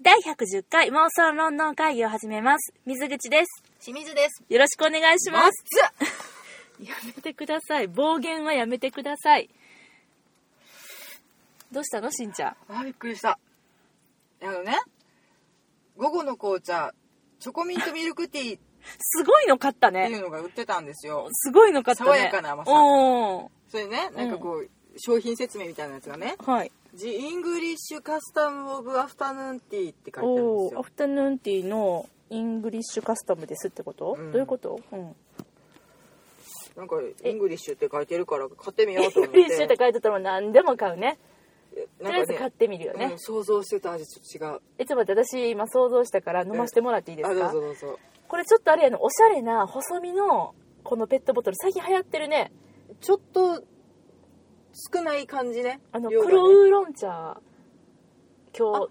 第110回妄想ロンドン会議を始めます。水口です。清水です。よろしくお願いします。まっやめてください。暴言はやめてください。どうしたのしんちゃん。つあ、びっくりした。あのね、午後の紅茶、チョコミントミルクティーっすごいの買ったていね。うのが売ってたんですよ。すごいの買ったね。爽やかな甘さおそれね、なんかこう、商品説明みたいなやつがね、ー。はい。 The English Custom of Afternoon Tea って書いてあるんおでーすアよフ。タヌーンティーのイングリッシュカスタムですってこと、うんどういうこと、うん、なんか、イングリッシュって書いてるから買ってみよイうとン思っグて。リッシュって書いてたら何でも買うね。となりあえんずか買っね、てみるよね。うん想像してた味と違う。え、ちょっと待って、私今想像したから飲ませてもらっていいですあ、どうかぞどうぞ。これちょっとあれやの、おしゃれな細身のこのペットボトル、最近流行ってるね。ちょっと、少ない感じね。あの、量がね黒ウーロン茶、今あ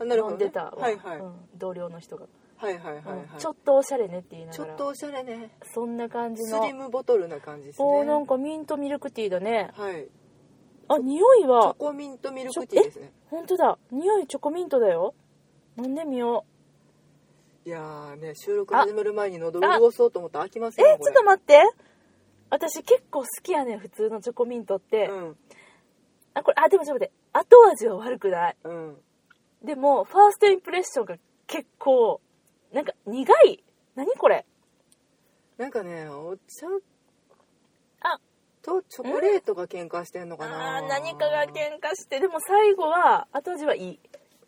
日なるほ飲んどねでたわ、はいはい。うん同僚の人が、はいはいはいはい、うんちょっとおしゃれねって言いなちがょらっとおしゃれねそんな感じスのリムボトルな感じですねおーなんかミントミルクティーだねはいチあ匂いョはコミントミルクティーですね本当だ匂いチョコミントだよ飲んでみよいやーね収録始める前に喉を潤そうと思ったら飽きまうせえんよちょっと待って私結構好きやね普通のチョコミントって、うんあこれあでもちょっと待って後味は悪くないうんでもファーストインプレッションが結構なんか苦い何これなんかねお茶あとチョコレートが喧嘩してんのかなあー何かが喧嘩してでも最後は後味はいい、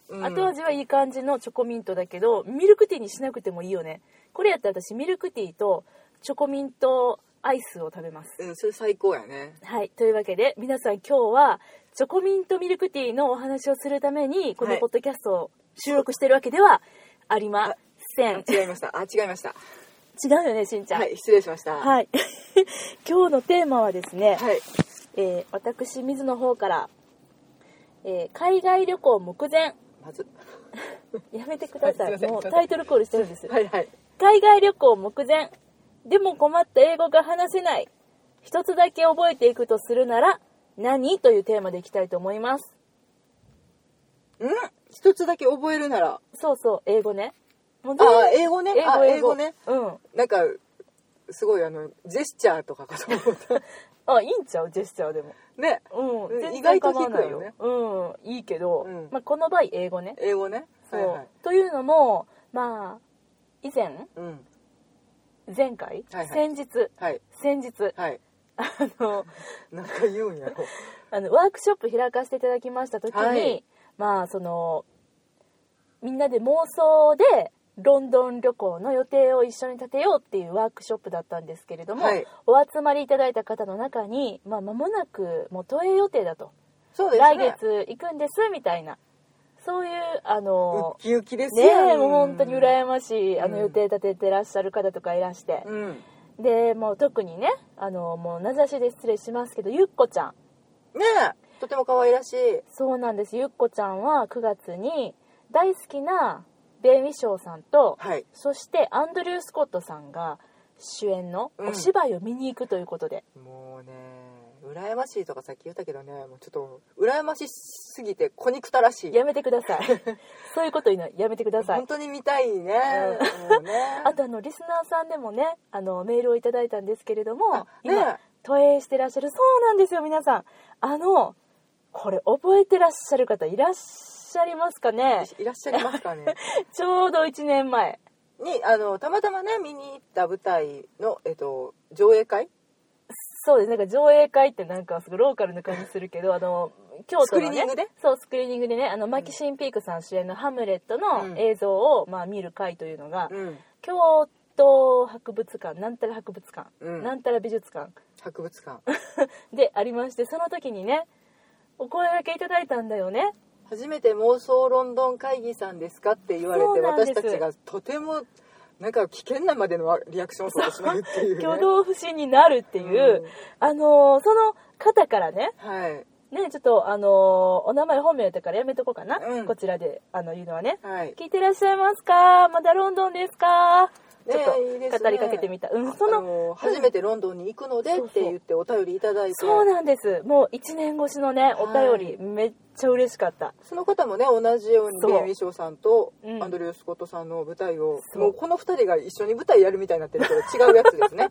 うん後味はいい感じのチョコミントだけどミルクティーにしなくてもいいよねこれやったら私ミルクティーとチョコミントアイスを食べますうんそれ最高やねはいというわけで皆さん今日はチョコミントミルクティーのお話をするためにこのはいポッドキャストを収録してるわけではありません、違いましたあ違いました違うよねしんちゃんはい失礼しましたはい 今日のテーマはですね、はいえー私水の方から、えー海外旅行目前まずやめてください,、はいすいませんもうすいませんタイトルコールしてるんですはいはい海外旅行目前でも困った英語が話せない一つだけ覚えていくとするなら何というテーマでいきたいと思いますうん一つだけ覚えるならそうそう英語ねもうあ全部ー英語ね英あ語英語ねうんなんかすごいあのジェスチャーとかかと思ったあいいんちゃうジェスチャーでもねうんうん全然意外と構わ聞なくいよよねうんいいけど、うんまあ、この場合英語ね英語ねそう、はいはいというのもまあ以前うん前回、はいはい先日はい先日はいあのなんか言うんやろあのワークショップ開かせていただきました時に、はいまあそのみんなで妄想でロンドン旅行の予定を一緒に立てようっていうワークショップだったんですけれども、はいお集まりいただいた方の中に、まあ、間もなくもう都営予定だと、そうです来ね月行くんですみたいなそういうあのウッキウキですねやんえもう本当に羨ましいあのうん予定立ててらっしゃる方とかいらして、うんねでもう特にねあのもう名指しで失礼しますけどゆっこちゃんえとても可愛らしいそうなんですゆっこちゃんは9月に大好きなベイミショーさんとはいそしてアンドリュー・スコットさんが主演のうんお芝居を見に行くということで、もうね羨ましいとかさっき言ったけどねもうちょっと羨ましすぎて子肉たらしいやめてくだ さいそういうこと言うのやめてください本当に見たいねもうね あとあのリスナーさんでもねあのメールをいただいたんですけれども、あね今都営してらっしゃるそうなんですよ皆さんあのこれ覚えてらっしゃる方いらっしゃいますか ねいらっしゃいますかねちょうど1年前にあのたまたまね見に行った舞台の、えっと、上映会そうですなんか上映会ってなんかすごいローカルな感じするけどあの京都のねスクリーニングでそうスクリーニングでねあのマキシン・ピークさん主演の「ハムレット」うのん映像を、まあ、見る会というのが、うん京都博物館なんたら博物館、うんなんたら美術館博物館でありましてその時にねお声掛けいただいたんだよね初めて妄想ロンドン会議さんですかって言われそうてなんです私たちがとてもなんか危険なまでのリアクションを取ってしまうっていう、ね、挙動不審になるっていう、うんあのーその方からねはいねちょっとあのーお名前本名だったからやめとこうかな、うんこちらであの言うのはね、はい聞いてらっしゃいますかまだロンドンですかちょっねえいいですと語ねりかけてみた、うんそあのの初めてロンドンに行くのでって言ってお便りいただいてそうなんですもう1年越しのねお便り、めっちゃ嬉しかったその方もね同じようにそうベン・ウィショーさんとうんアンドリュー・スコットさんの舞台を、そうもうこの2人が一緒に舞台やるみたいになってるけど違うやつです ね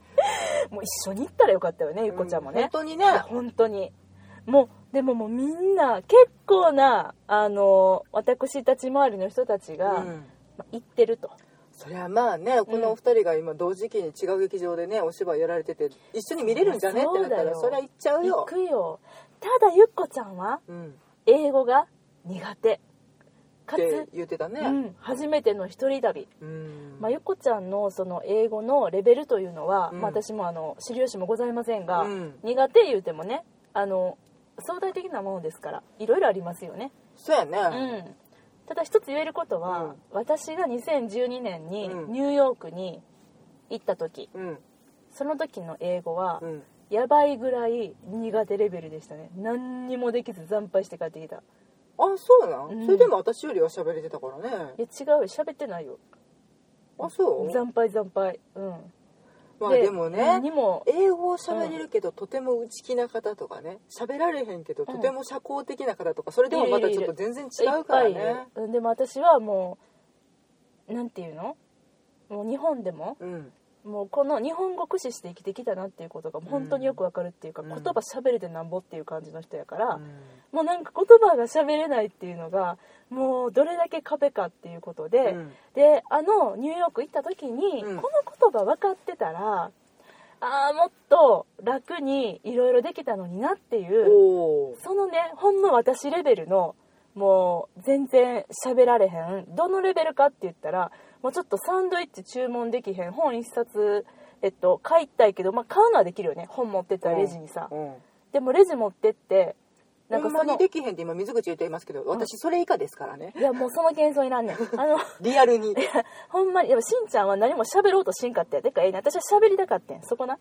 もう一緒に行ったらよかったよねゆっこちゃんもう本ね、当にねいや本当にもうでももうみんな結構なあの私たち周りの人たちが、うんまあ行ってるとそりゃまあねこのお二人が今同時期に違う劇場でねお芝居やられてて一緒に見れるんじゃねってなったらそそうだりゃよ行っちゃう行よ、くよただゆっこちゃんはうん、っ英語が苦手かてつ、言ってたね、うん、初めての一人旅うんまあ、ゆこちゃんのその英語のレベルというのは、うんまあ、私もあの知り合いもございませんが、うん苦手言うてもねあの相対的なものですからいろいろありますよね、そうやうね、ん、ただ一つ言えることは、うん私が2012年にうんニューヨークに行った時うんその時の英語は、うんやばいぐらい苦手レベルでしたね何にもできず惨敗して帰ってきたいあそうなん、うんそれでも私よりは喋れてたからねや違うよ喋ってないよあそう惨敗惨敗うんまあでもね何も英語を喋れるけど、とても内気な方とかね喋られへんけど、とても社交的な方とかそれでもまたちょっと全然違うからいっぱいいねるうんでも私はもうなんていうのもう日本でもうんもうこの日本語駆使して生きてきたなっていうことが本当によくわかるっていうか、うん言葉喋れてなんぼっていう感じの人やから、うんもうなんか言葉が喋れないっていうのがもうどれだけ壁かっていうことで、うんであのニューヨーク行った時に、うんこの言葉分かってたらああもっと楽にいろいろできたのになっていうおーそのねほんの私レベルのもう全然喋られへんどのレベルかって言ったらもうちょっとサンドイッチ注文できへん本一冊えっと買いたいけど、まあ、買うのはできるよね本持ってったらレジにさ、うんでもレジ持ってってななんんかかそそのにできへんって今水口言っていますけど私それ以下ですからね、いやもうその幻想に なんねんあのリア ルにほんまにやっぱしんちゃんは何も喋ろうとしんかったやんてかええね私は喋りたかったんそ こな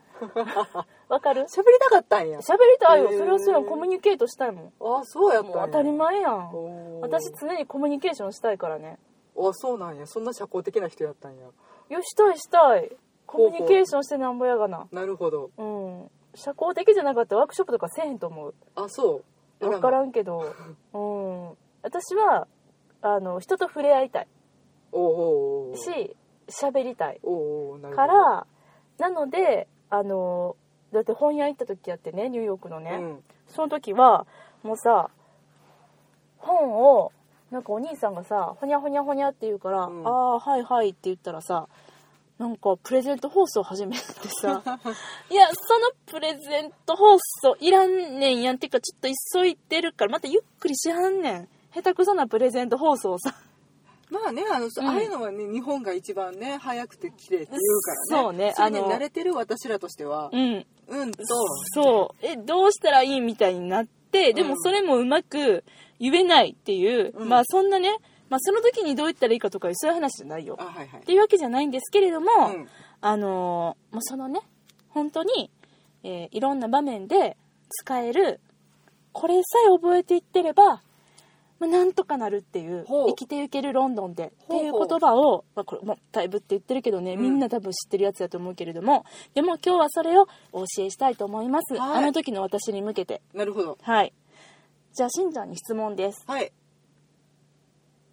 わかる喋りたかったんや喋りたいよへーそれはそれはコミュニケートしたいもんあそうやったもんうや当たり前やんおー私常にコミュニケーションしたいからねあそうなんやそんな社交的な人やったんやよしたいしたいコミュニケーションしてなんぼやがななるほどうん社交的じゃなかったらワークショップとかせえへんと思うあそう分からんんけどうん私はあの人と触れ合いたいおうおうおうし喋りたいおうおうなるほかどらなのであのだって本屋行った時やってねニューヨークのね、うんその時はもうさ本をなんかお兄さんがさ「ほにゃほにゃほにゃ」って言うから「うんああはいはい」って言ったらさなんかプレゼント放送始めて さ「いやそのプレゼント放送いらんねんやん」っていうかちょっと急いでるからまたゆっくりしはんねん下手くそなプレゼント放送をさまあねあの、んああいうのはね日本が一番ね早くて綺麗って言うからねそうねそれにあの慣れてる私らとしてはうんうんとそうえどうしたらいいみたいになってでうもんそれもうまく言えないっていう、うんまあそんなね、まあ、その時にどう言ったらいいかとかいうそういう話じゃないよあはいはいっていうわけじゃないんですけれども、うんあのーもうそのね本当に、えーいろんな場面で使えるこれさえ覚えていってれば、まあ、なんとかなるっていうほう生きていけるロンドンでってほういう言葉を、まあ、これもだいぶって言ってるけどね、うんみんな多分知ってるやつだと思うけれどもでも今日はそれをお教えしたいと思います、はいあの時の私に向けてなるほどはいじゃあしんちゃんに質問ですはい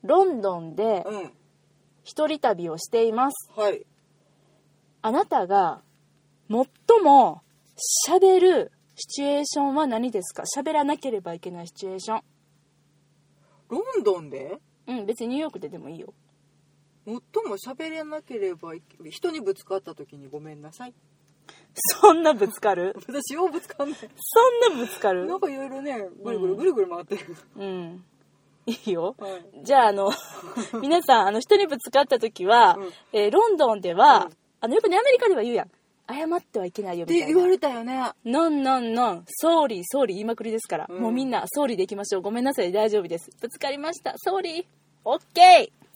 ロンドンでうん一人旅をしていますはいあなたが最も喋るシチュエーションは何ですか喋らなければいけないシチュエーション。ロンドンでうん、別にニューヨークででもいいよ。 最も喋れなければいけ人にぶつかった時にごめんなさいそんなぶつかる私ようぶつかんないそんなぶつかるなんかいろいろねぐるぐるぐるぐる回ってる、うん。いいよ。はいじゃあ、あ の、皆さん、あの、人にぶつかった時は、うんえーロンドンでは、うんあの、よくね、アメリカでは言うやん。謝ってはいけないよ、っみてたい言わな。れたよねノンノンノン、ソーリー、ソーリー言いまくりですから。うんもうみんな、ソーリーでいきましょう。ごめんなさい、大丈夫です。ぶつかりました、ソーリー。オッケー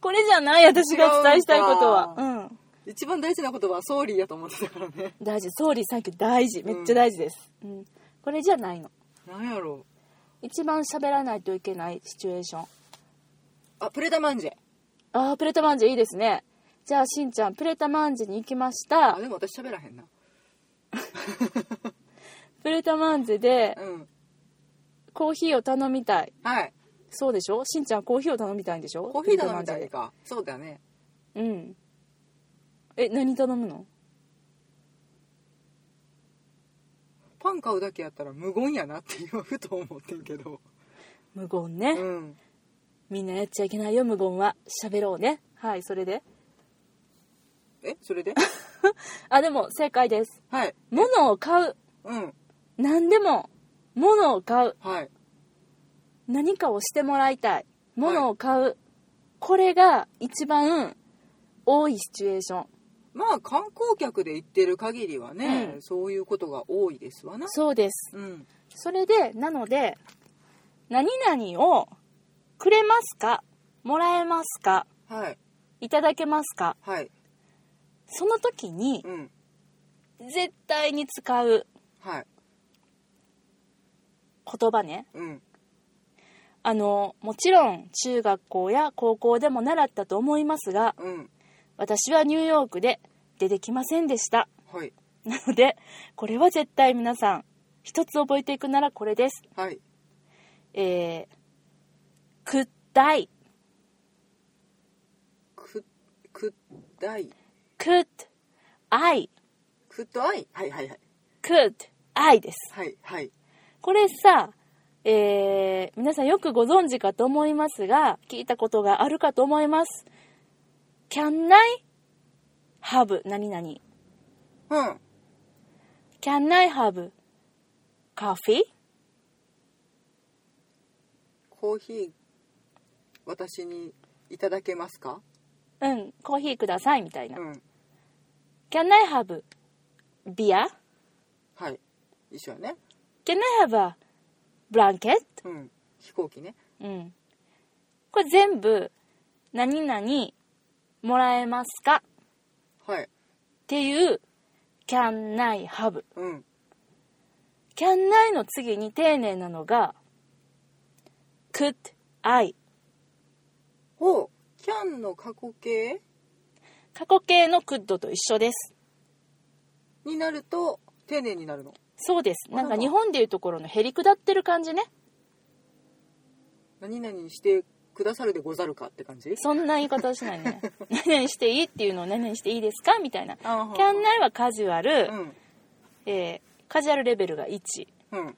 これじゃない、私が伝えしたいことは。違うん。一番大事な言葉はソーリーやと思ってたからね大事、ソーリー、サンキュー、大事。めっちゃ大事です。うん。これじゃないの。なんやろう一番喋らないといけないシチュエーションあプレタマンジェああプレタマンジェいいですねじゃあしんちゃんプレタマンジェに行きましたあでも私喋らへんなプレタマンジェでうんコーヒーを頼みたいはいそうでしょしんちゃんコーヒーを頼みたいんでしょコーヒー頼みたいプレタかそうだねマンジェうんえ何頼むのパン買うだけやったら無言やなって今ふと思ってんけど無言ね、うんみんなやっちゃいけないよ無言は喋ろうねはいそれでえそれであでも正解ですはい物を買ううん何でも物を買うはい何かをしてもらいたい物を買う、これが一番多いシチュエーションまあ観光客で行ってる限りはね、うんそういうことが多いですわなそうですうんそれでなので何々をくれますかもらえますかはいいただけますかはいその時にうん絶対に使うはい言葉ねうんあのもちろん中学校や高校でも習ったと思いますがうん私はニューヨークで出てきませんでしたはいなのでこれは絶対皆さん一つ覚えていくならこれですはいえー、くったいくくだいくっあいくだいはいはいはいくっあいですはいはいこれさえー、皆さんよくご存知かと思いますが聞いたことがあるかと思います Can I have 何々うん Can I have coffee? コーヒー私にいただけますかうん、コーヒーくださいみたいなう。ん Can I have beer? はい一緒やね Can I have a blanket? うん飛行機ねうん。これ全部、何々もらえますかっはいていう Can I have。うん。 Can I の次に丁寧なのが Could I。おキャンの過去形過去形の could と一緒です。になると丁寧になるの。そうです。なんなかるほど日本でいうところのへりくだってる感じね。何々してくださるでござるかって感じそんな言い方はしない ね。何々していいっていうのを何々していいですかみたいな。キあははャンナイはカジュアル、うん。えーカジュアルレベルが1。うん。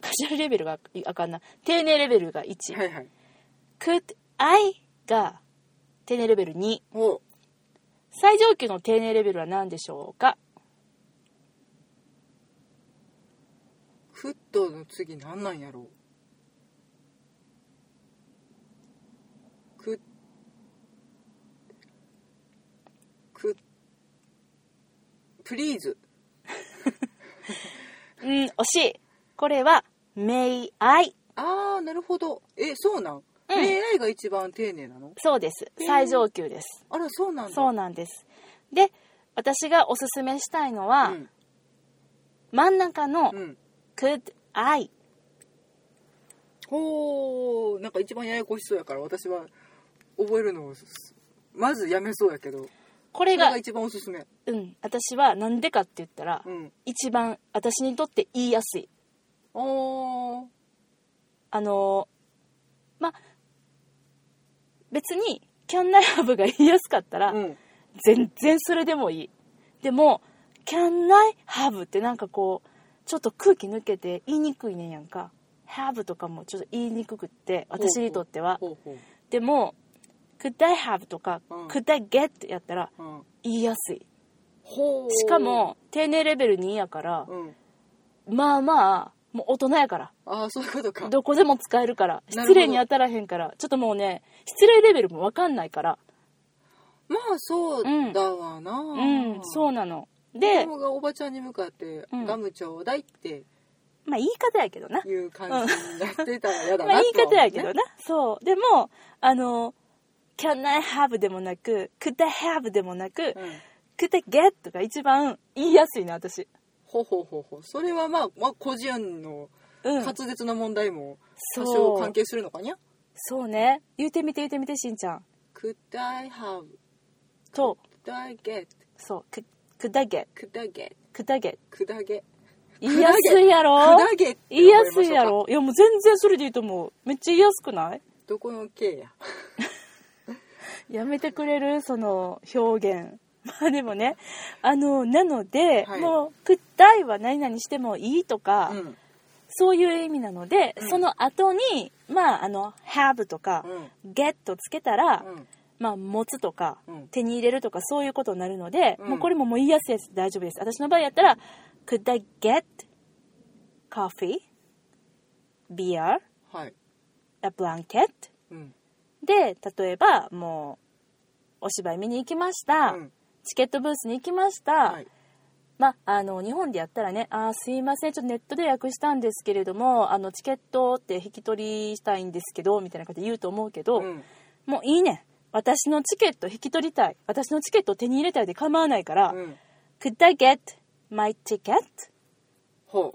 カジュアルレベルがいあかんな。丁寧レベルが1。はいはい。 could I が丁寧レベル2。お最上級の丁寧レベルは何でしょうかフットの次なんなんやろうくくプリーズうん、惜しい。これは may I。あーなるほどえそうなん、恋愛が一番丁寧なのそうです。最上級です。あらそうなんだそうなんです。で、私がおすすめしたいのは、うん真ん中のうん could I。ほーなんか一番ややこしそうやから私は覚えるのをすまずやめそうやけどこそれれがが一番おすすめうん、私はなんでかって言ったら、うん一番私にとって言いやすいおーあのーまあ別に「Can I have」が言いやすかったら、うん全然それでもいいでも「Can I have」ってなんかこうちょっと空気抜けて言いにくいねんやんか「have」とかもちょっと言いにくくって私にとってはほうほでも「Could I have」とか「うん Could I get」やったらう、うん、言いやすいほーしかも丁寧レベル2やから、うんまあまあもう大人やからああそういうことかどこでも使えるからなるほど失礼に当たらへんからちょっともうね失礼レベルも分かんないからまあそうだわな、ううんそうなの子で、供がおばちゃんに向かって「うんガムちょうだい」ってまあ、言い方やけどな、いう感じになってたら嫌だまなあ、言いとは思う方ねやけどなそうでもあの「can I have」でもなく「could I have」でもなくうん「could I get」が一番言いやすいな私ほうほうほうほうそれはまあ、まあ、個人のうん滑舌の問題も多そ少う関係するのかにゃそうね言うてみて言うてみてしんちゃん Could I have と could I get そうくくだげ could I get くだげ could I get 言いやすいやろくだげって言いやす覚えましょうかいやろいやもう全然それでいいと思うめっちゃ言いやすくないどこの K ややめてくれるその表現 まあでもねあのなので、はいもう「くったい」は何々してもいいとか、うんそういう意味なので、うんその後にまああの「have」とか「get」つけたら、うんまあ持つとか、うん手に入れるとかそういうことになるので、うんもうこれももう言いやすいです大丈夫です私の場合やったら「could I get coffee beer はい a blanket」うんで例えばもうお芝居見に行きました、うんチケットブースに行きました、はいまああの日本でやったらね「あーすいませんちょっとネットで予約したんですけれどもあのチケットって引き取りしたいんですけど」みたいなこと言うと思うけど、うんもういいねん私のチケット引き取りたい私のチケットを手に入れたいで構わないから「うん Could I get my ticket?」ほう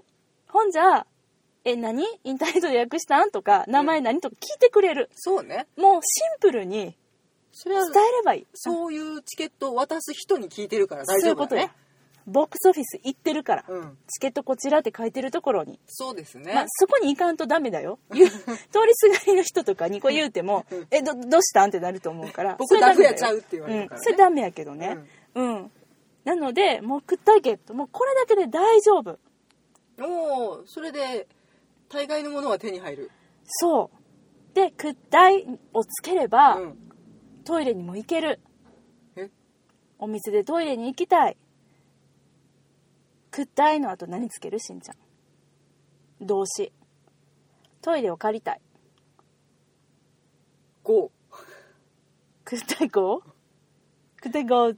ほんじゃ「え何インターネットで予約したん?」とか「名前何?」とか聞いてくれるそうねもうシンプルにそれは伝えればいいそういうチケットを渡す人に聞いてるからそう大い丈うこ夫とだやね。ボックスオフィス行ってるから、うん、チケットこちらって書いてるところに、そうですね。まあ、そこに行かんとダメだよ 言う通りすがりの人とかにこう言うても「えどどうしたん?」ってなると思うから僕それダメだよダフ屋ちゃうって言われるからうねん、それダメやけどねうん、なのでもうクッターゲットもうこれだけで大丈夫もうそれで大概のものは手に入る。そうで「クッタイ」をつければ、うん、トイレにも行けるえお店でトイレに行きたいくったいの後何つけるしんちゃん動詞トイレを借りたいゴくったいこうくったいこうー。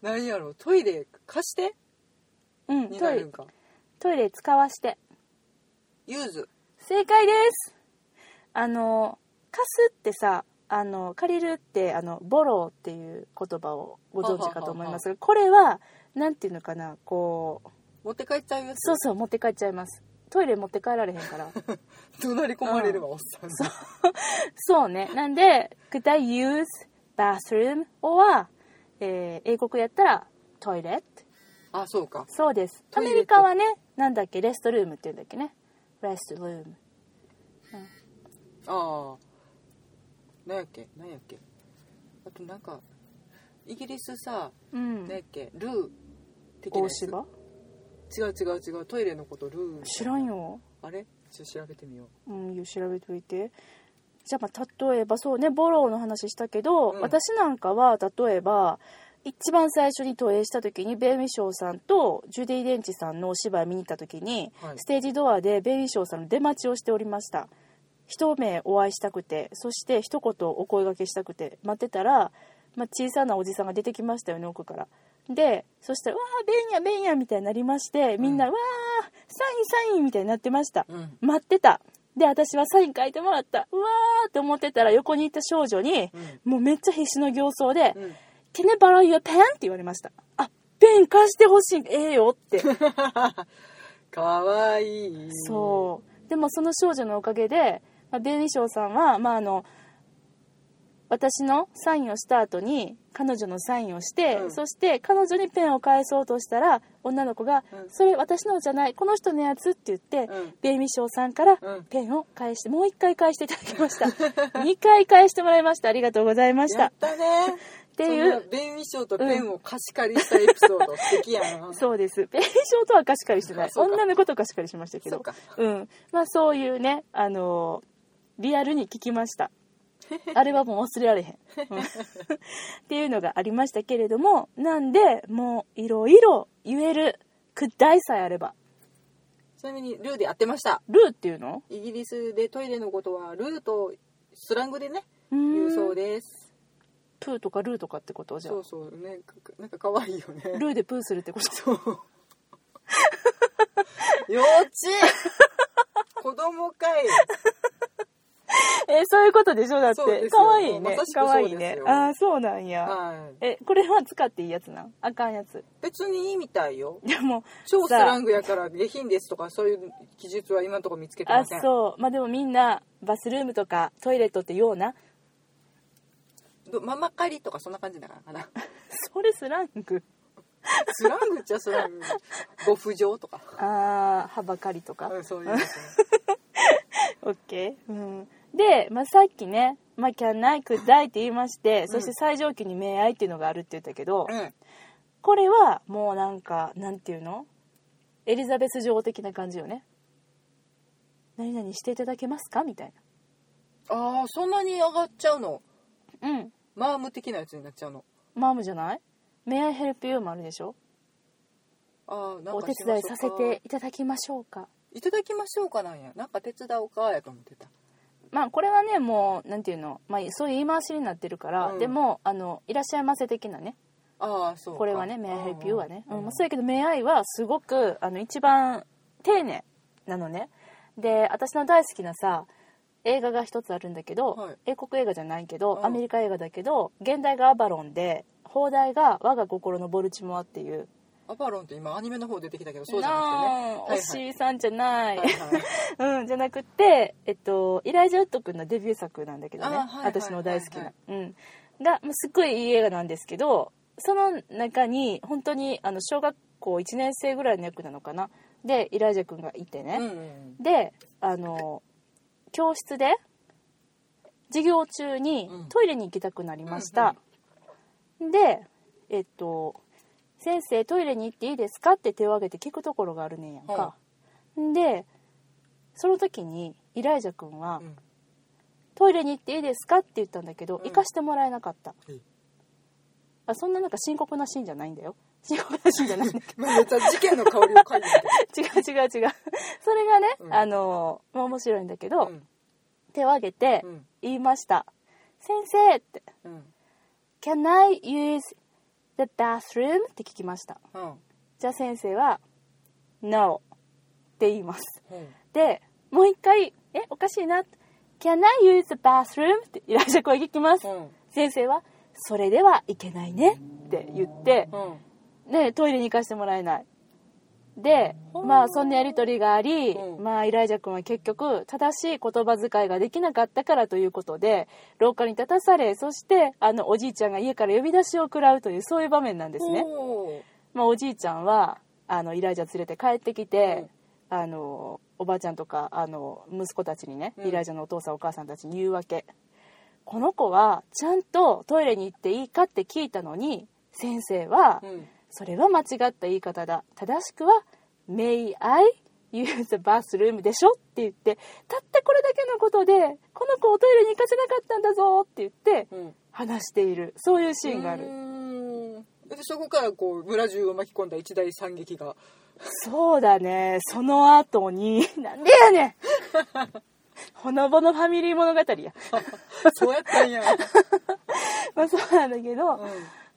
何やろうトイレ貸してうんにトなイるレんか。トイレ使わしてユーズ。正解ですあの貸すってさあの借りるってあのボローっていう言葉をご存知かと思いますがこれはなんていうのかなこう持って帰っちゃうやつ。そうそう持って帰っちゃいますトイレ持って帰られへんから 怒鳴り込まれるわおっさんが。そうねなんで「could I use bathroom?」or、えー英国やったら「トイレットあそうか」。そうですアトイレメットリカはねなんだっけレストルームっていうんだっけねレストルームああ。なんやっけなんやっけ。あとなんかイギリスさうんなんやっけルー的な大やつ。芝違う違う違うトイレのことルー。知らんよあれちょっと調べてみよう。うんいいよ調べといてじゃあまあ例えばそうねボローの話したけど、うん私なんかは例えば一番最初に投影した時にベイミーショーさんとジュディ・デンチさんのお芝居見に行った時に、はいステージドアでベイミーショーさんの出待ちをしておりました一目お会いしたくてそして一言お声掛けしたくて待ってたら、まあ、小さなおじさんが出てきましたよね奥からでそしたら「わあベンヤベンヤ」みたいになりましてみんな「うんわあサインサイン」みたいになってましたうん。待ってたで私はサイン書いてもらったうわーって思ってたら横にいた少女に、もうめっちゃ必死の形相でうん。 「Can I borrow your pen?」って言われましたあペン貸してほしいええよってかわいい。そうでもその少女のおかげで、まあ、紅章さんは、まあ、あの私のサインをした後に彼女のサインをして、うんそして彼女にペンを返そうとしたら女の子が「うんそれ私のじゃないこの人のやつ」って言って、うんベイミショーさんからうんペンを返して、もう一回返していただきました 二回返してもらいましたありがとうございましやたったね。っていうそんな便衣装とペンを貸し借りしたエピソード、素敵やな。そうですベイミショーとは貸し借りしてないあそうか女の子と貸し借りしましたけそうどか。うんまあそういうねあのーリアルに聞きました あれはもう忘れられへん、うんっていうのがありましたけれどもなんでもういろいろ言えるくだいさえあればちなみにルーでやってました。ルーっていうのイギリスでトイレのことはルーとスラングでね、うーん言うそうです。プーとかルーとかってことじゃそうそうね、かかなんか可愛いよあね。ルーでプーするってことそう。幼稚園子供かい。 えそういうことでしょだっそうでてすよかわいいねまさしくかわいいそうでねすよああそうなんやはいえこれは使っていいやつなんあかんやつ別にいいみたいよいやもう超スラングやから下品ですとかそういう記述は今のところ見つけてあませんそうまあでもみんなバスルームとかトイレットってようなどママ狩りとかそんな感じだからかな それスラングスラングっちゃスラングご不浄とか、ああはばかりとかうん、そういうですねオッケー、うん、で、まあ、さっきね「まあ、can I could I」って言いまして、そして最上級に「名愛」っていうのがあるって言ったけど、うんこれはもうなんかなんていうのエリザベス女王的な感じよね何々していただけますかみたいああそんなに上がっちゃうのなうんマーム的なやつになっちゃうのマームじゃない「May I help you」もあるでしょああなんかお手伝いさせていただきましょうかいただきましょうかなんやなんか手伝おうかやと思ってたまあこれはねもうなんていうの、まあ、そういう言い回しになってるから、うんでもあの「いらっしゃいませ」的なねああそうかこれはね「May I help you」はね、ううんんまあそうやけど「May I」はすごくあの一番丁寧なのねで私の大好きなさ映画が一つあるんだけど、はい英国映画じゃないけど、うんアメリカ映画だけど現代がアバロンで放題が「我が心のボルチモア」っていうアバロンって今アニメの方出てきたけどそうじゃななあくおてねしいさんじゃない、はいはいはい はいうん、じゃなくて、えっと、イライジャ・ウッド君のデビュー作なんだけどね、あはいはい私の大好きな、はいうん、がもうすっごいいい映画なんですけどその中に本当にあの小学校1年生ぐらいの役なのかなでイライジャ君がいてうんね、うんであの教室で授業中にうんトイレに行きたくなりました、でえっと「先生トイレに行っていいですか?」って手を挙げて聞くところがあるねんやんか、でその時にイライジャ君は、うんトイレに行っていいですか?」って言ったんだけど、うん行かしてもらえなかったうんあそんななんか深刻なシーンじゃないん だよ深刻なシーンじゃないんだけどめっちゃ事件の香りを嗅いで違う違う違うそれがね、うんあのまあ面白いんだけど、うん手を挙げてうん言いました「先生」ってうん「Can I use the bathroom?」って聞きましたうんじゃあ先生は「No」って言いますうんでもう一回「えおかしいな」「Can I use the bathroom?」っていらっしゃい声聞きますうん先生は「それではいけないね」って言ってうんでトイレに行かせてもらえないでまあそんなやり取りがあり、うんまあイライジャ君は結局正しい言葉遣いができなかったからということで廊下に立たされそしてあのおじいちゃんが家から呼び出しを食らうというそういう場面なんですね、ほまあ、おじいちゃんはあのイライジャ連れて帰ってきて、あのおばあちゃんとかあの息子たちにね、うんイライジャのお父さんお母さんたちに言うわけこの子はちゃんとトイレに行っていいかって聞いたのに先生は、ううんそれは間違った言い方だ正しくは「May I use the bathroom」でしょって言ってたったこれだけのことでこの子をトイレに行かせなかったんだぞって言ってうん話しているそういうシーンがある、うーんでそこからこう村中を巻き込んだ一大惨劇がそうだねその後に なんでやねんほのぼのファミリー物語や、そうやったんや、まあ、そうなんだけど、うん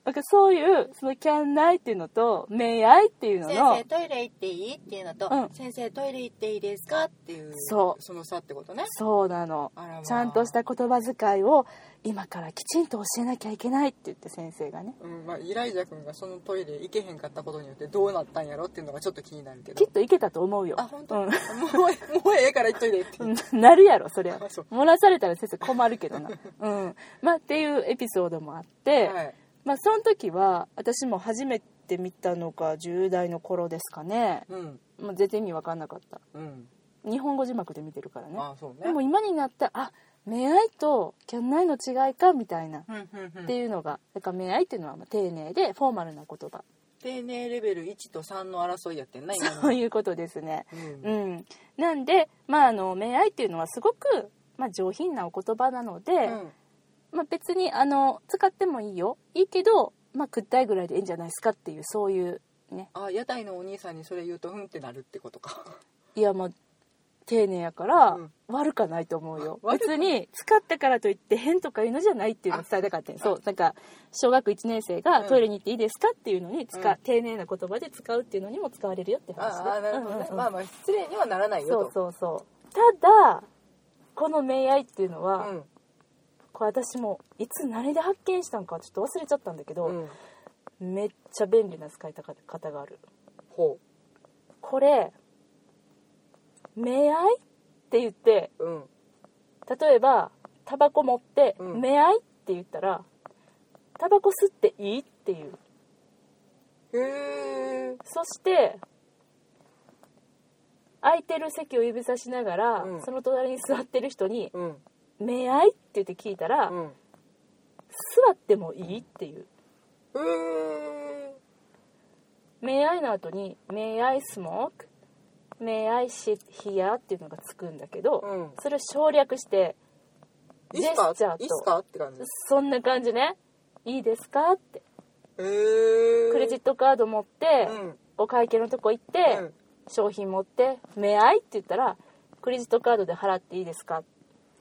なんかそういうその「can I」っていうのと「may I」っていうの先の生トイレ行っていいっていうのと、うん先生トイレ行っていいですかっていうそうの差ってことねそうなのあらまあちゃんとした言葉遣いを今からきちんと教えなきゃいけないって言って先生がねうんまあ、イライジャ君がそのトイレ行けへんかったことによってどうなったんやろっていうのがちょっと気になるけきどっといけたと思うよあ本当、うんもうもうええから行っといでって、うん なるやろそりゃあそう漏らされたら先生困るけどな うんまあっていうエピソードもあって、はいまあその時は私も初めて見たのが10代の頃ですかね、うんまあ、全然意味分かんなかったうん日本語字幕で見てるからねあそうねでも今になったあ明愛とキャンナイの違いかみたいなっうんうんうんていうのがだから明愛っていうのはまあ丁寧でフォーマルな言葉丁寧レベル1と3の争いやってんな今のそういうことですねうんうんなんでまああの明愛っていうのはすごくまあ上品なお言葉なので、うんまあ、別にあの使ってもいいよいいけどまあくったいぐらいでいいんじゃないですかっていうそういうねあ屋台のお兄さんにそれ言うとうんってなるってことかいやまあ丁寧やからうん悪かないと思うよ、悪く別に使ったからといって変とかいうのじゃないっていうのを伝えたかったんよそうなんか小学1年生がうんトイレに行っていいですかっていうのに使、うん丁寧な言葉で使うっていうのにも使われるよって話 あであなるほうんどね、うんうんまあまあ失礼にはならないよそとうそうそうただこの名愛っていうのは、うんこれ私もいつ何で発見したんかちょっと忘れちゃったんだけうど、んめっちゃ便利な使い方があるほこれ名愛って言ってううん例えばタバコ持ってう「ん目合い」って言ったら「タバコ吸っていい?」っていうへえそして空いてる席を指さしながら、うんその隣に座ってる人にうん「目合い?」って言って聞いたら、うん座ってもいい?」っていうへえ「目合い」の後に「目合いスモーク」「目合いしヒヤ」っていうのがつくんだけど、うんそれを省略していいっすかジェスチャーといいっすかって感じへそんな感じね「いいですか?」ってえクレジットカード持って、うんお会計のとこ行って、うん商品持って「目合い」って言ったら「クレジットカードで払っていいですか?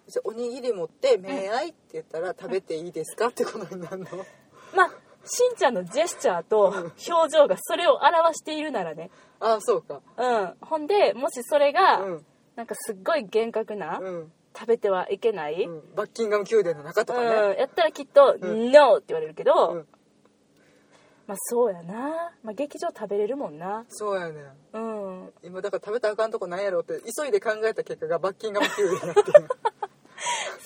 じゃあおにぎり持って「め合い」って言ったら「食べていいですか?」ってことになるの」まあしんちゃんのジェスチャーと表情がそれを表しているならねああそうかうんほんでもしそれが、うんなんかすっごい厳格な、うん食べてはいけない、ううんんバッキンガム宮殿の中とかねやったらきっと「うん NO」って言われるけど、うんまあそうやな、まあ、劇場食べれるもんなそうやねんうん今だから食べたらあかんとこなんやろって急いで考えた結果がバッキンガム宮殿になって る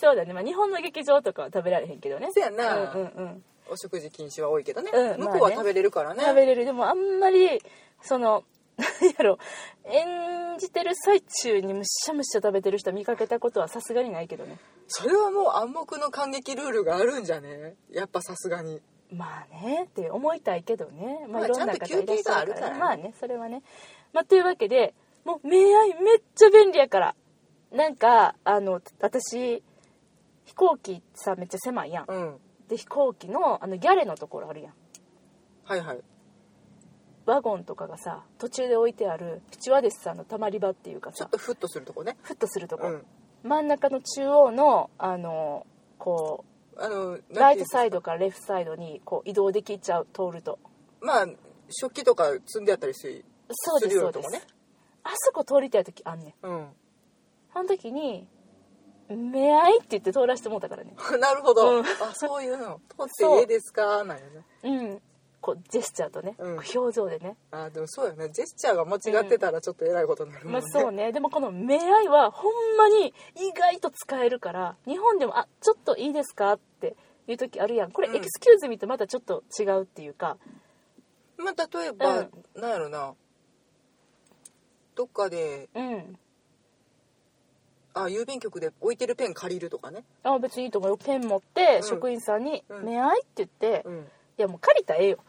そうだね、まあ、日本の劇場とかは食べられへんけどねそうやなうんうんうんお食事禁止は多いけどね、うん向こうまあはね食べれるからね,、食べれるでもあんまりその 何やろ演じてる最中にむしゃむしゃ食べてる人見かけたことはさすがにないけどねそれはもう暗黙の感激ルールがあるんじゃねやっぱさすがにまあねって思いたいけどね、ままあ、あいろんな方いらっしゃるから,、ねちゃんと休憩があるからねまあねそれはね、まあ、というわけでもう明愛めっちゃ便利やからなんかあの私飛行機さめっちゃ狭いやんうんで飛行機のあのギャレのところあるやんはいはいワゴンとかがさ途中で置いてあるスチュワーデスさんのたまり場っていうかちょさっとフッとするとこねフッとするとこ、うん真ん中の中央のあのこあのうライトサイイドからレフトサイドにこう移動できちゃう通るとドまあ食器とか積んであったりするそうですするそよううなとです、こねあそこ通りたい時あんねんうんあの時に「目合い」って言って通らしてもうたからね なるほうど、んあそういうの「取 そうっていいですか?」なんやねうんこうジェスチャーとね、うんこう表情でねあでもそうよねジェスチャーが間違ってたらちょっとえらいことになるもんまね、あそうねでもこの「目合い」はほんまに意外と使えるから日本でも「あちょっといいですか?」っていう時あるやんこれ「うんエクスキューズミ」とまたちょっと違うっていうかまあ例えば、うんなんやろなどっかでうんあ郵便局で置いてるペン借りるとかね、あ別にいいと思うよペン持ってん職員さんにう「ん目合い」って言って「ういんやもう借りたらええよ」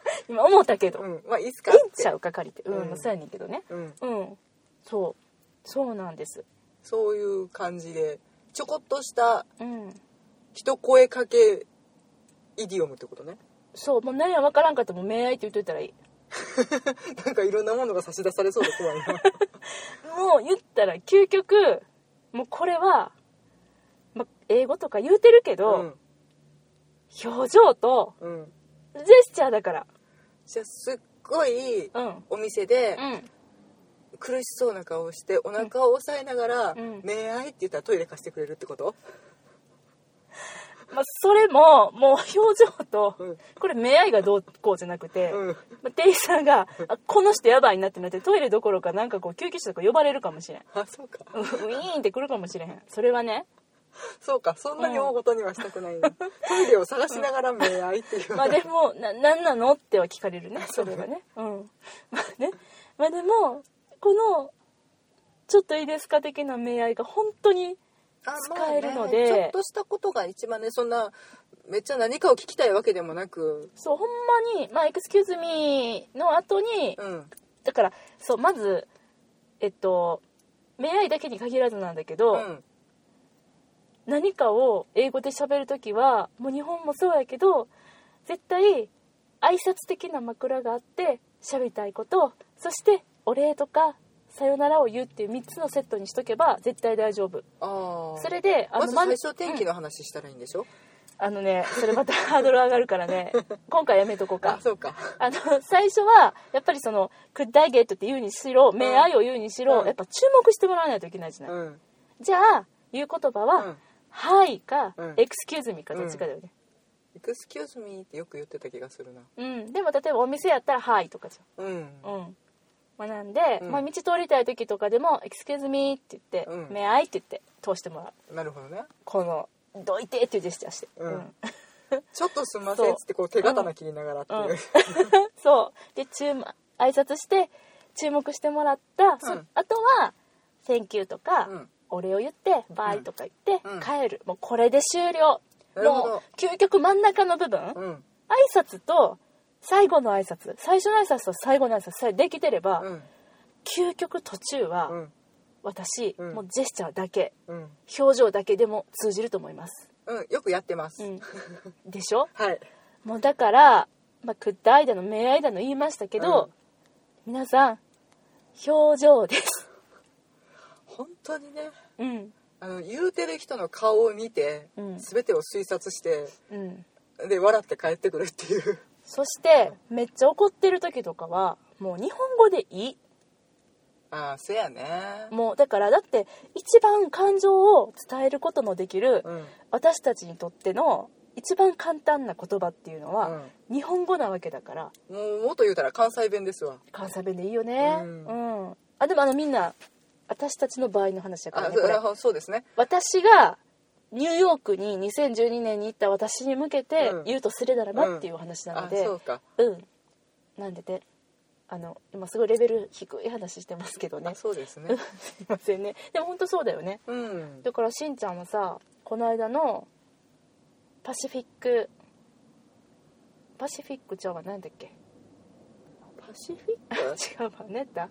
今思ったけど「うえん、まあいいっすかえんちゃう、うか借りて」うん、うんまあそうやねんけどねうん、うんそうそうなんですそういう感じでちょこっとしたうん一声かけイディオムってことね そうもう何や分からんかっても「目合い」って言っといたらいいなんかいろんなものが差し出されそうで怖い なもう言ったら究極もうこれは、ま、英語とか言うてるけど、表情とうんうジェんスチャーだからじゃあすっごいうんお店でうん苦しそうな顔をしてお腹を押さえながらうん「恋愛」って言ったらトイレ貸してくれるってことまそれももう表情と、うんこれ目合いがどうこうじゃなくて、うんま店員さんが「あこの人やばいな」ってなってトイレどころかなんかこう救急車とか呼ばれるかもしれんあそうかうんウィーンって来るかもしれへんそれはねそうかそんなに大ごとにはしたくないな、トイレを探しながら「恋愛」っていうまあでも「ななんなの?」っては聞かれるねそれはねうんまあねまあでもこの「ちょっといいですか?」的な目合いが本当にあ使えるのでまあねちょっとしたことが一番ねそんなめっちゃ何かを聞きたいわけでもなくそうほんまに「まあ、エクスキューズミー」の後にうんだからそうまずえっと目合いだけに限らずなんだけど、うん何かを英語で喋るときはもう日本もそうやけど絶対挨拶的な枕があって喋りたいことそしてお礼とかさよならを言うっていう3つのセットにしとけば絶対大丈夫ああそれであまのずま最初天気の話したらいいんでしょ、あのねそれまた ハードル上がるからね今回やめとこうあか そうかあの最初はやっぱりその「could I get」って言うにしろ「may I」を言うにしろ、うんやっぱ注目してもらわないといけないじゃない、うんじゃあ言う言葉は「うんはい」か「うん excuse me」かどっちかだよねエクスキューズミーってよく言ってた気がするなうん、でも例えばお店やったら「はい」とかじうんゃんうんまあ、なんで、うんまあ、道通りたい時とかでも「excuse me」って言って「うん may I」って言って通してもらうなるほどねこの「どいて」っていうジェスチャーして、うんうんちょっとすんませんっつってこう手刀切りながらっていう、そうで注目挨拶して注目してもらった、そうんあとは「Thank you」とか、うんお礼を言って「バイ」とか言って、うん帰るもうこれで終了なるほどもう究極真ん中の部分、挨うん拶と最後の挨拶最初の挨拶と最後の挨拶さえできてれば、うん究極途中は、うん私、うんもうジェスチャーだけうん、表情だけでも通じると思います、うん、よくやってます、うん、でしょはいもうだから、まあ、くだいだの明愛だの言いましたけど、うん皆さん表情 です、本当にねうんあの言うてる人の顔を見て、うん全てを推察してうん、で笑って帰ってくるっていうそしてめっちゃ怒ってる時とかはもう日本語でいいああせやねもうだからだって一番感情を伝えることのできるうん私たちにとっての一番簡単な言葉っていうのは日本語なわけだからうん、もうもっと言うたら関西弁ですわ関西弁でいいよねう、うんあでもあのみんな私たちの場合の話だからあねこそれあそうですね私がニューヨークに2012年に行った私に向けてうん言うとすれならばっていうお話なあのでそうかうん、なんでねあの今すごいレベル低い話してますけどねあそうですうねん すいませんねでも本当そうだよねうんだからしんちゃんはさこの間のパシフィックパシフィックちゃんは何だっけパシフィック違うわねだ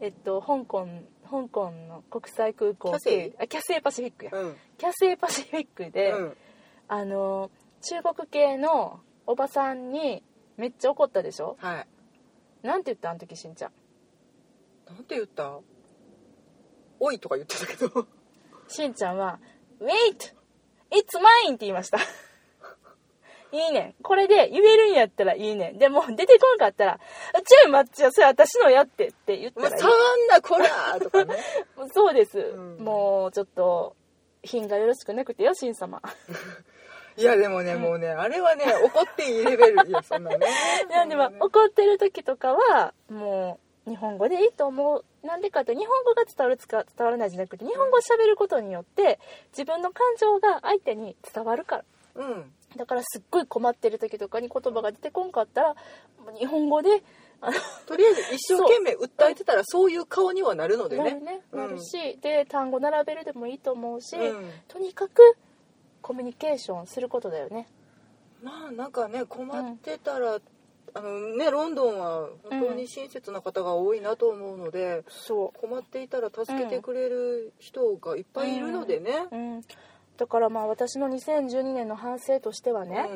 えっと香港香港の国際空港キャセイあキャセイパシフィックやうんキャセイパシフィックで、うんあの中国系のおばさんにめっちゃ怒ったでしょはいなんて言ったあの時しんちゃんなんて言ったおいとか言ってた けどしんちゃんは「Wait! It's mine!」って言いました いいねんこれで言えるんやったらいいねんでも出てこんかったら「ちょい待っちゃそれ私のやって」って言っ「たもうらいい触んなこら!」と かねそうです、うんもうちょっと品がよろしくなくてよしん様いやでもね、もうねあれ はね怒っていいレベルいやそんなねなんでまあ怒ってる時とかはもう日本語でいいと思うなんでかって日本語が伝わるつか伝わらないじゃなくて日本語を喋ることによって自分の感情が相手に伝わるからうんだからすっごい困ってる時とかに言葉が出てこんかったら日本語であのとりあえず一生懸命訴えてたらそういう顔にはなるのでなるねね、うんなるしで単語並べるでもいいと思うし、うんとにかくコミュニケーションすることだよねまあなんかね困ってたら、あのねロンドンは本当に親切な方が多いなと思うので、そ困っていたら助けてくれる人がいっぱいいるのでね。う、うん、だからまあ私の2012年の反省としてはうんね、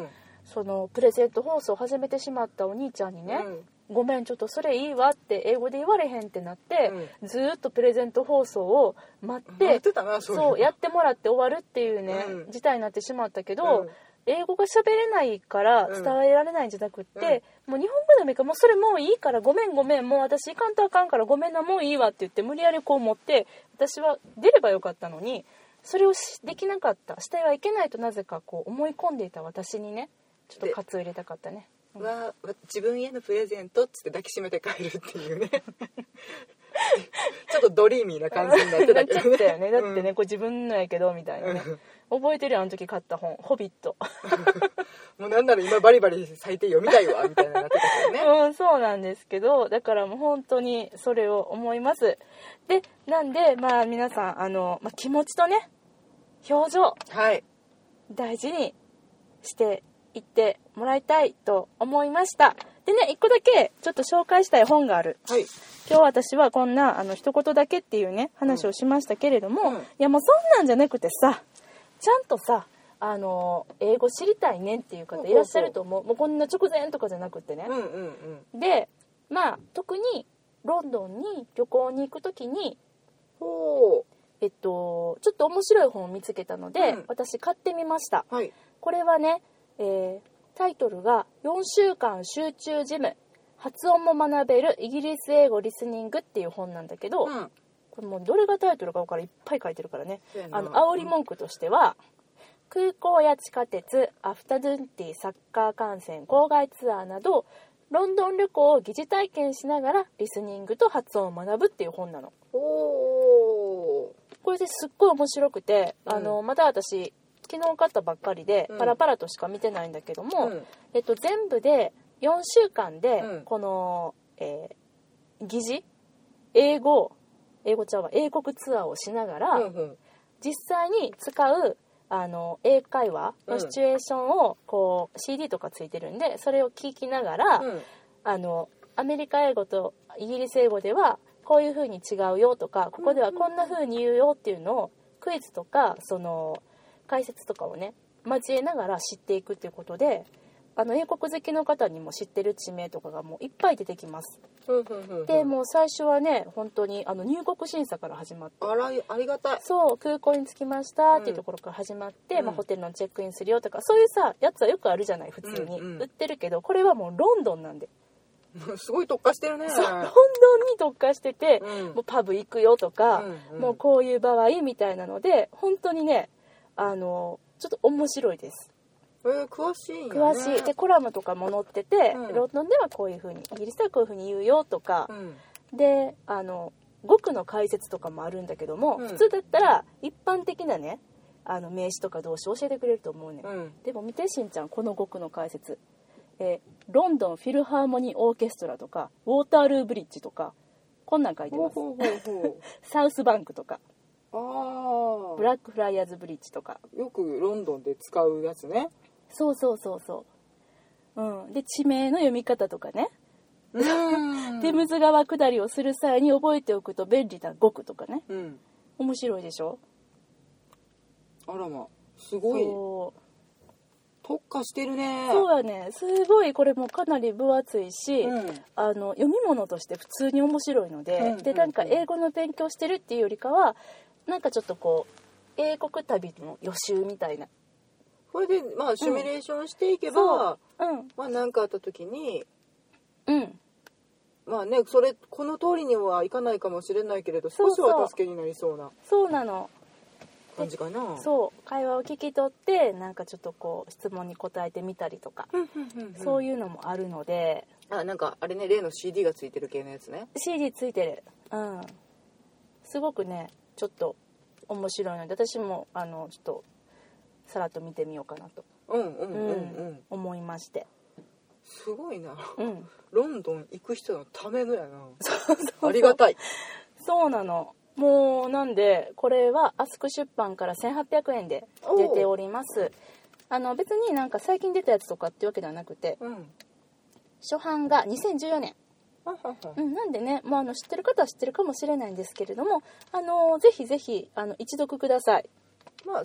そのプレゼント放送を始めてしまったお兄ちゃんにね、ごめんちょっとそれいいわって英語で言われへんってなって、ずーっとプレゼント放送を待っうん、てやってたなそうそうやってもらって終わるっていうね、うん事態になってしまったけうど、ん英語が喋れないから伝うんえられないんじゃなくって、もう日本語でもいいからもうそれもういいからごめんごめんもう私行かんとあかんからごめんなもういいわって言って無理やりこう持って私は出ればよかったのにそれをしできなかったしてはいけないとなぜかこう思い込んでいた私にねちょっでと喝を入れたかったね。うんわわ自分へのプレゼントっつって抱きしめて帰るっていうね ちょっとドリーミーな感じになって なたっけちゃっどねたよねだってね、これ自分のやけどみたいなねうん覚えてるよあの時買った本「ホビット」うんもうなんなら今バリバリ最低読みたいわみたいななってたけど ね、うん、そうなんですけどだからもう本当にそれを思いますでなんでまあ皆さんあの、まあ、気持ちとね表情はい大事にしていってもらいたいと思いましたでね一個だけちょっと紹介したい本があるはい今日私はこんなあの一言だけっていうね話をしましたけれども、うんいやもうそんなんじゃなくてさちゃんとさあの英語知りたいねんっていう方いらっしゃると思うもうこんな直前とかじゃなくてね、うんうんうんでまあ特にロンドンに旅行に行く時に、ほえっと、ちょっと面白い本を見つけたので、うん私買ってみましたうはいこれはね、えータイトルが「4週間集中ジム発音も学べるイギリス英語リスニング」っていう本なんだけど、うんこれもうどれがタイトルか分からんいっぱい書いてるからねそうやなあの煽り文句としては空港や地下鉄アフタヌーンティーサッカー観戦郊外ツアーなどロンドン旅行を疑似体験しながらリスニングと発音を学ぶっていう本なのおおこれですっごい面白くて、あのまだ私昨日買ったばっかりでうんパラパラとしか見てないんだけども、うんえっと、全部で4週間でうんこの、えー疑似英語英語ちゃうわ英国ツアーをしながら、うんうん実際に使うあの英会話のシチュエーションをこう CD とかついてるんでそれを聞きながら、うんあのアメリカ英語とイギリス英語ではこういう風に違うよとかここではこんな風に言うよっていうのをクイズとかその解説とかをね交えながら知っていくっていうことであの英国好きの方にも知ってる地名とかがもういっぱい出てきますうんうんうんでもう最初はね本当にあの入国審査から始まってあらありがたい そう空港に着きましたっていうところから始まって、うんまあ、ホテルのチェックインするよとかそういうさやつはよくあるじゃない普通に、うんうん売ってるけどこれはもうロンドンなんで、すごい特化してるねそうロンドンに特化してて、うんもうパブ行くよとか、うんうんもうこういう場合みたいなので本当にねあのちょっと面白いですえー詳しいんやね詳しい、でコラムとかも載ってて、うんロンドンではこういうふうにイギリスではこういうふうに言うよとかう、んであの語句の解説とかもあるんだけども、うん普通だったら一般的なねあの名詞とか動詞教えてくれると思うね、、うんんでも見てしんちゃんこの語句の解説、えーロンドンフィルハーモニーオーケストラ」とか「ウォータールーブリッジ」とかこんなん書いてほうますほうほう「サウスバンク」とか「ほブ うあラックフライヤーズブリッジ」とかあよくロンドンで使うやつねそうそうそうそう、うん、で地名の読み方とかね、うんテムズ川下りをする際に覚えておくと便利な語句とかねうん面白いでしょあらますごいそう特化してるねそうやねすごいこれもかなり分厚いし、うんあの読み物として普通に面白いので、うんうんうんでなんか英語の勉強してるっていうよりかはなんかちょっとこう英国旅の予習みたいなこれでまあシミュレーションしていけそばうんまあ何かあった時にうんまあねそれこの通りにはいかないかもしれないけれどそう少そしうは助けになりそうなそうなの感じかなそう会話を聞き取ってなんかちょっとこう質問に答えてみたりとか、うんうんうんうんそういうのもあるのであなんかあれね例の CD がついてる系のやつね CD ついてるうんすごくねちょっと面白いので私もあのちょっとさらっと見てみようかなとうんうんうんううんん思いまして、すごいなうん、ロンドン行く人のためのやなありがたいそうなのもうなんでこれはアスク出版から1800円で出ておりますあの別になんか最近出たやつとかっていうわけではなくてうん初版が2014年、はははうん、なんでね、まあ、あの知ってる方は知ってるかもしれないんですけれどもあのぜひぜひあの一読くださいまあ1800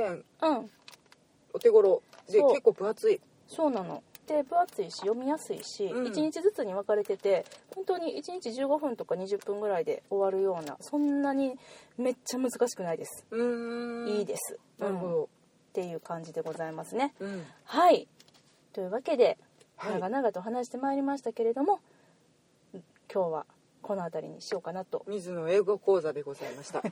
円うんお手頃でそう結構分厚いそうなので分厚いし読みやすいし、うん1日ずつに分かれてて本当に1日15分とか20分ぐらいで終わるようなそんなにめっちゃ難しくないです、うーんいいです、なるほうんっどていう感じでございますねうんはいというわけではい長々と話してまいりましたけれども、今日はこの辺りにしようかなと水野英語講座でございました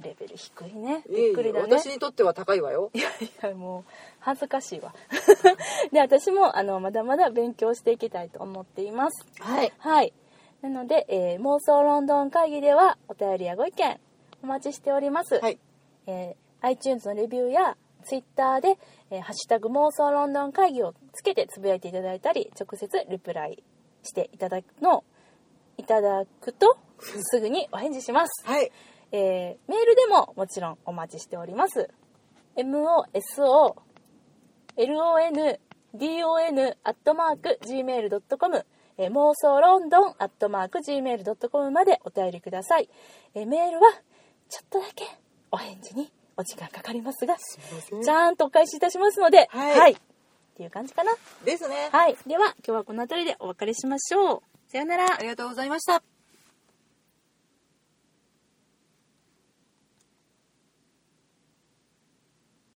レベル低いねいえ びっくいえりだね私にとっては高いわよいや もう恥ずかしいわ で私もあのまだまだ勉強していきたいと思っていますはいはいなので、えー妄想ロンドン会議ではお便りやご意見お待ちしております、はいえー iTunes のレビューや Twitter で、えーハッシュタグ妄想ロンドン会議」をつけてつぶやいていただいたり直接リプライしていただくのいただくとすぐにお返事します、はいえーメールでももちろんお待ちしております mosolondon アットマーク gmail.com えー妄想ロンドンアットマーク gmail.com までお便りくださいえーメールはちょっとだけお返事にお時間かかりますがませんちゃんとお返しいたしますのではいっていう感じかなですねはいでは今日はこの辺りでお別れしましょうさようならありがとうございました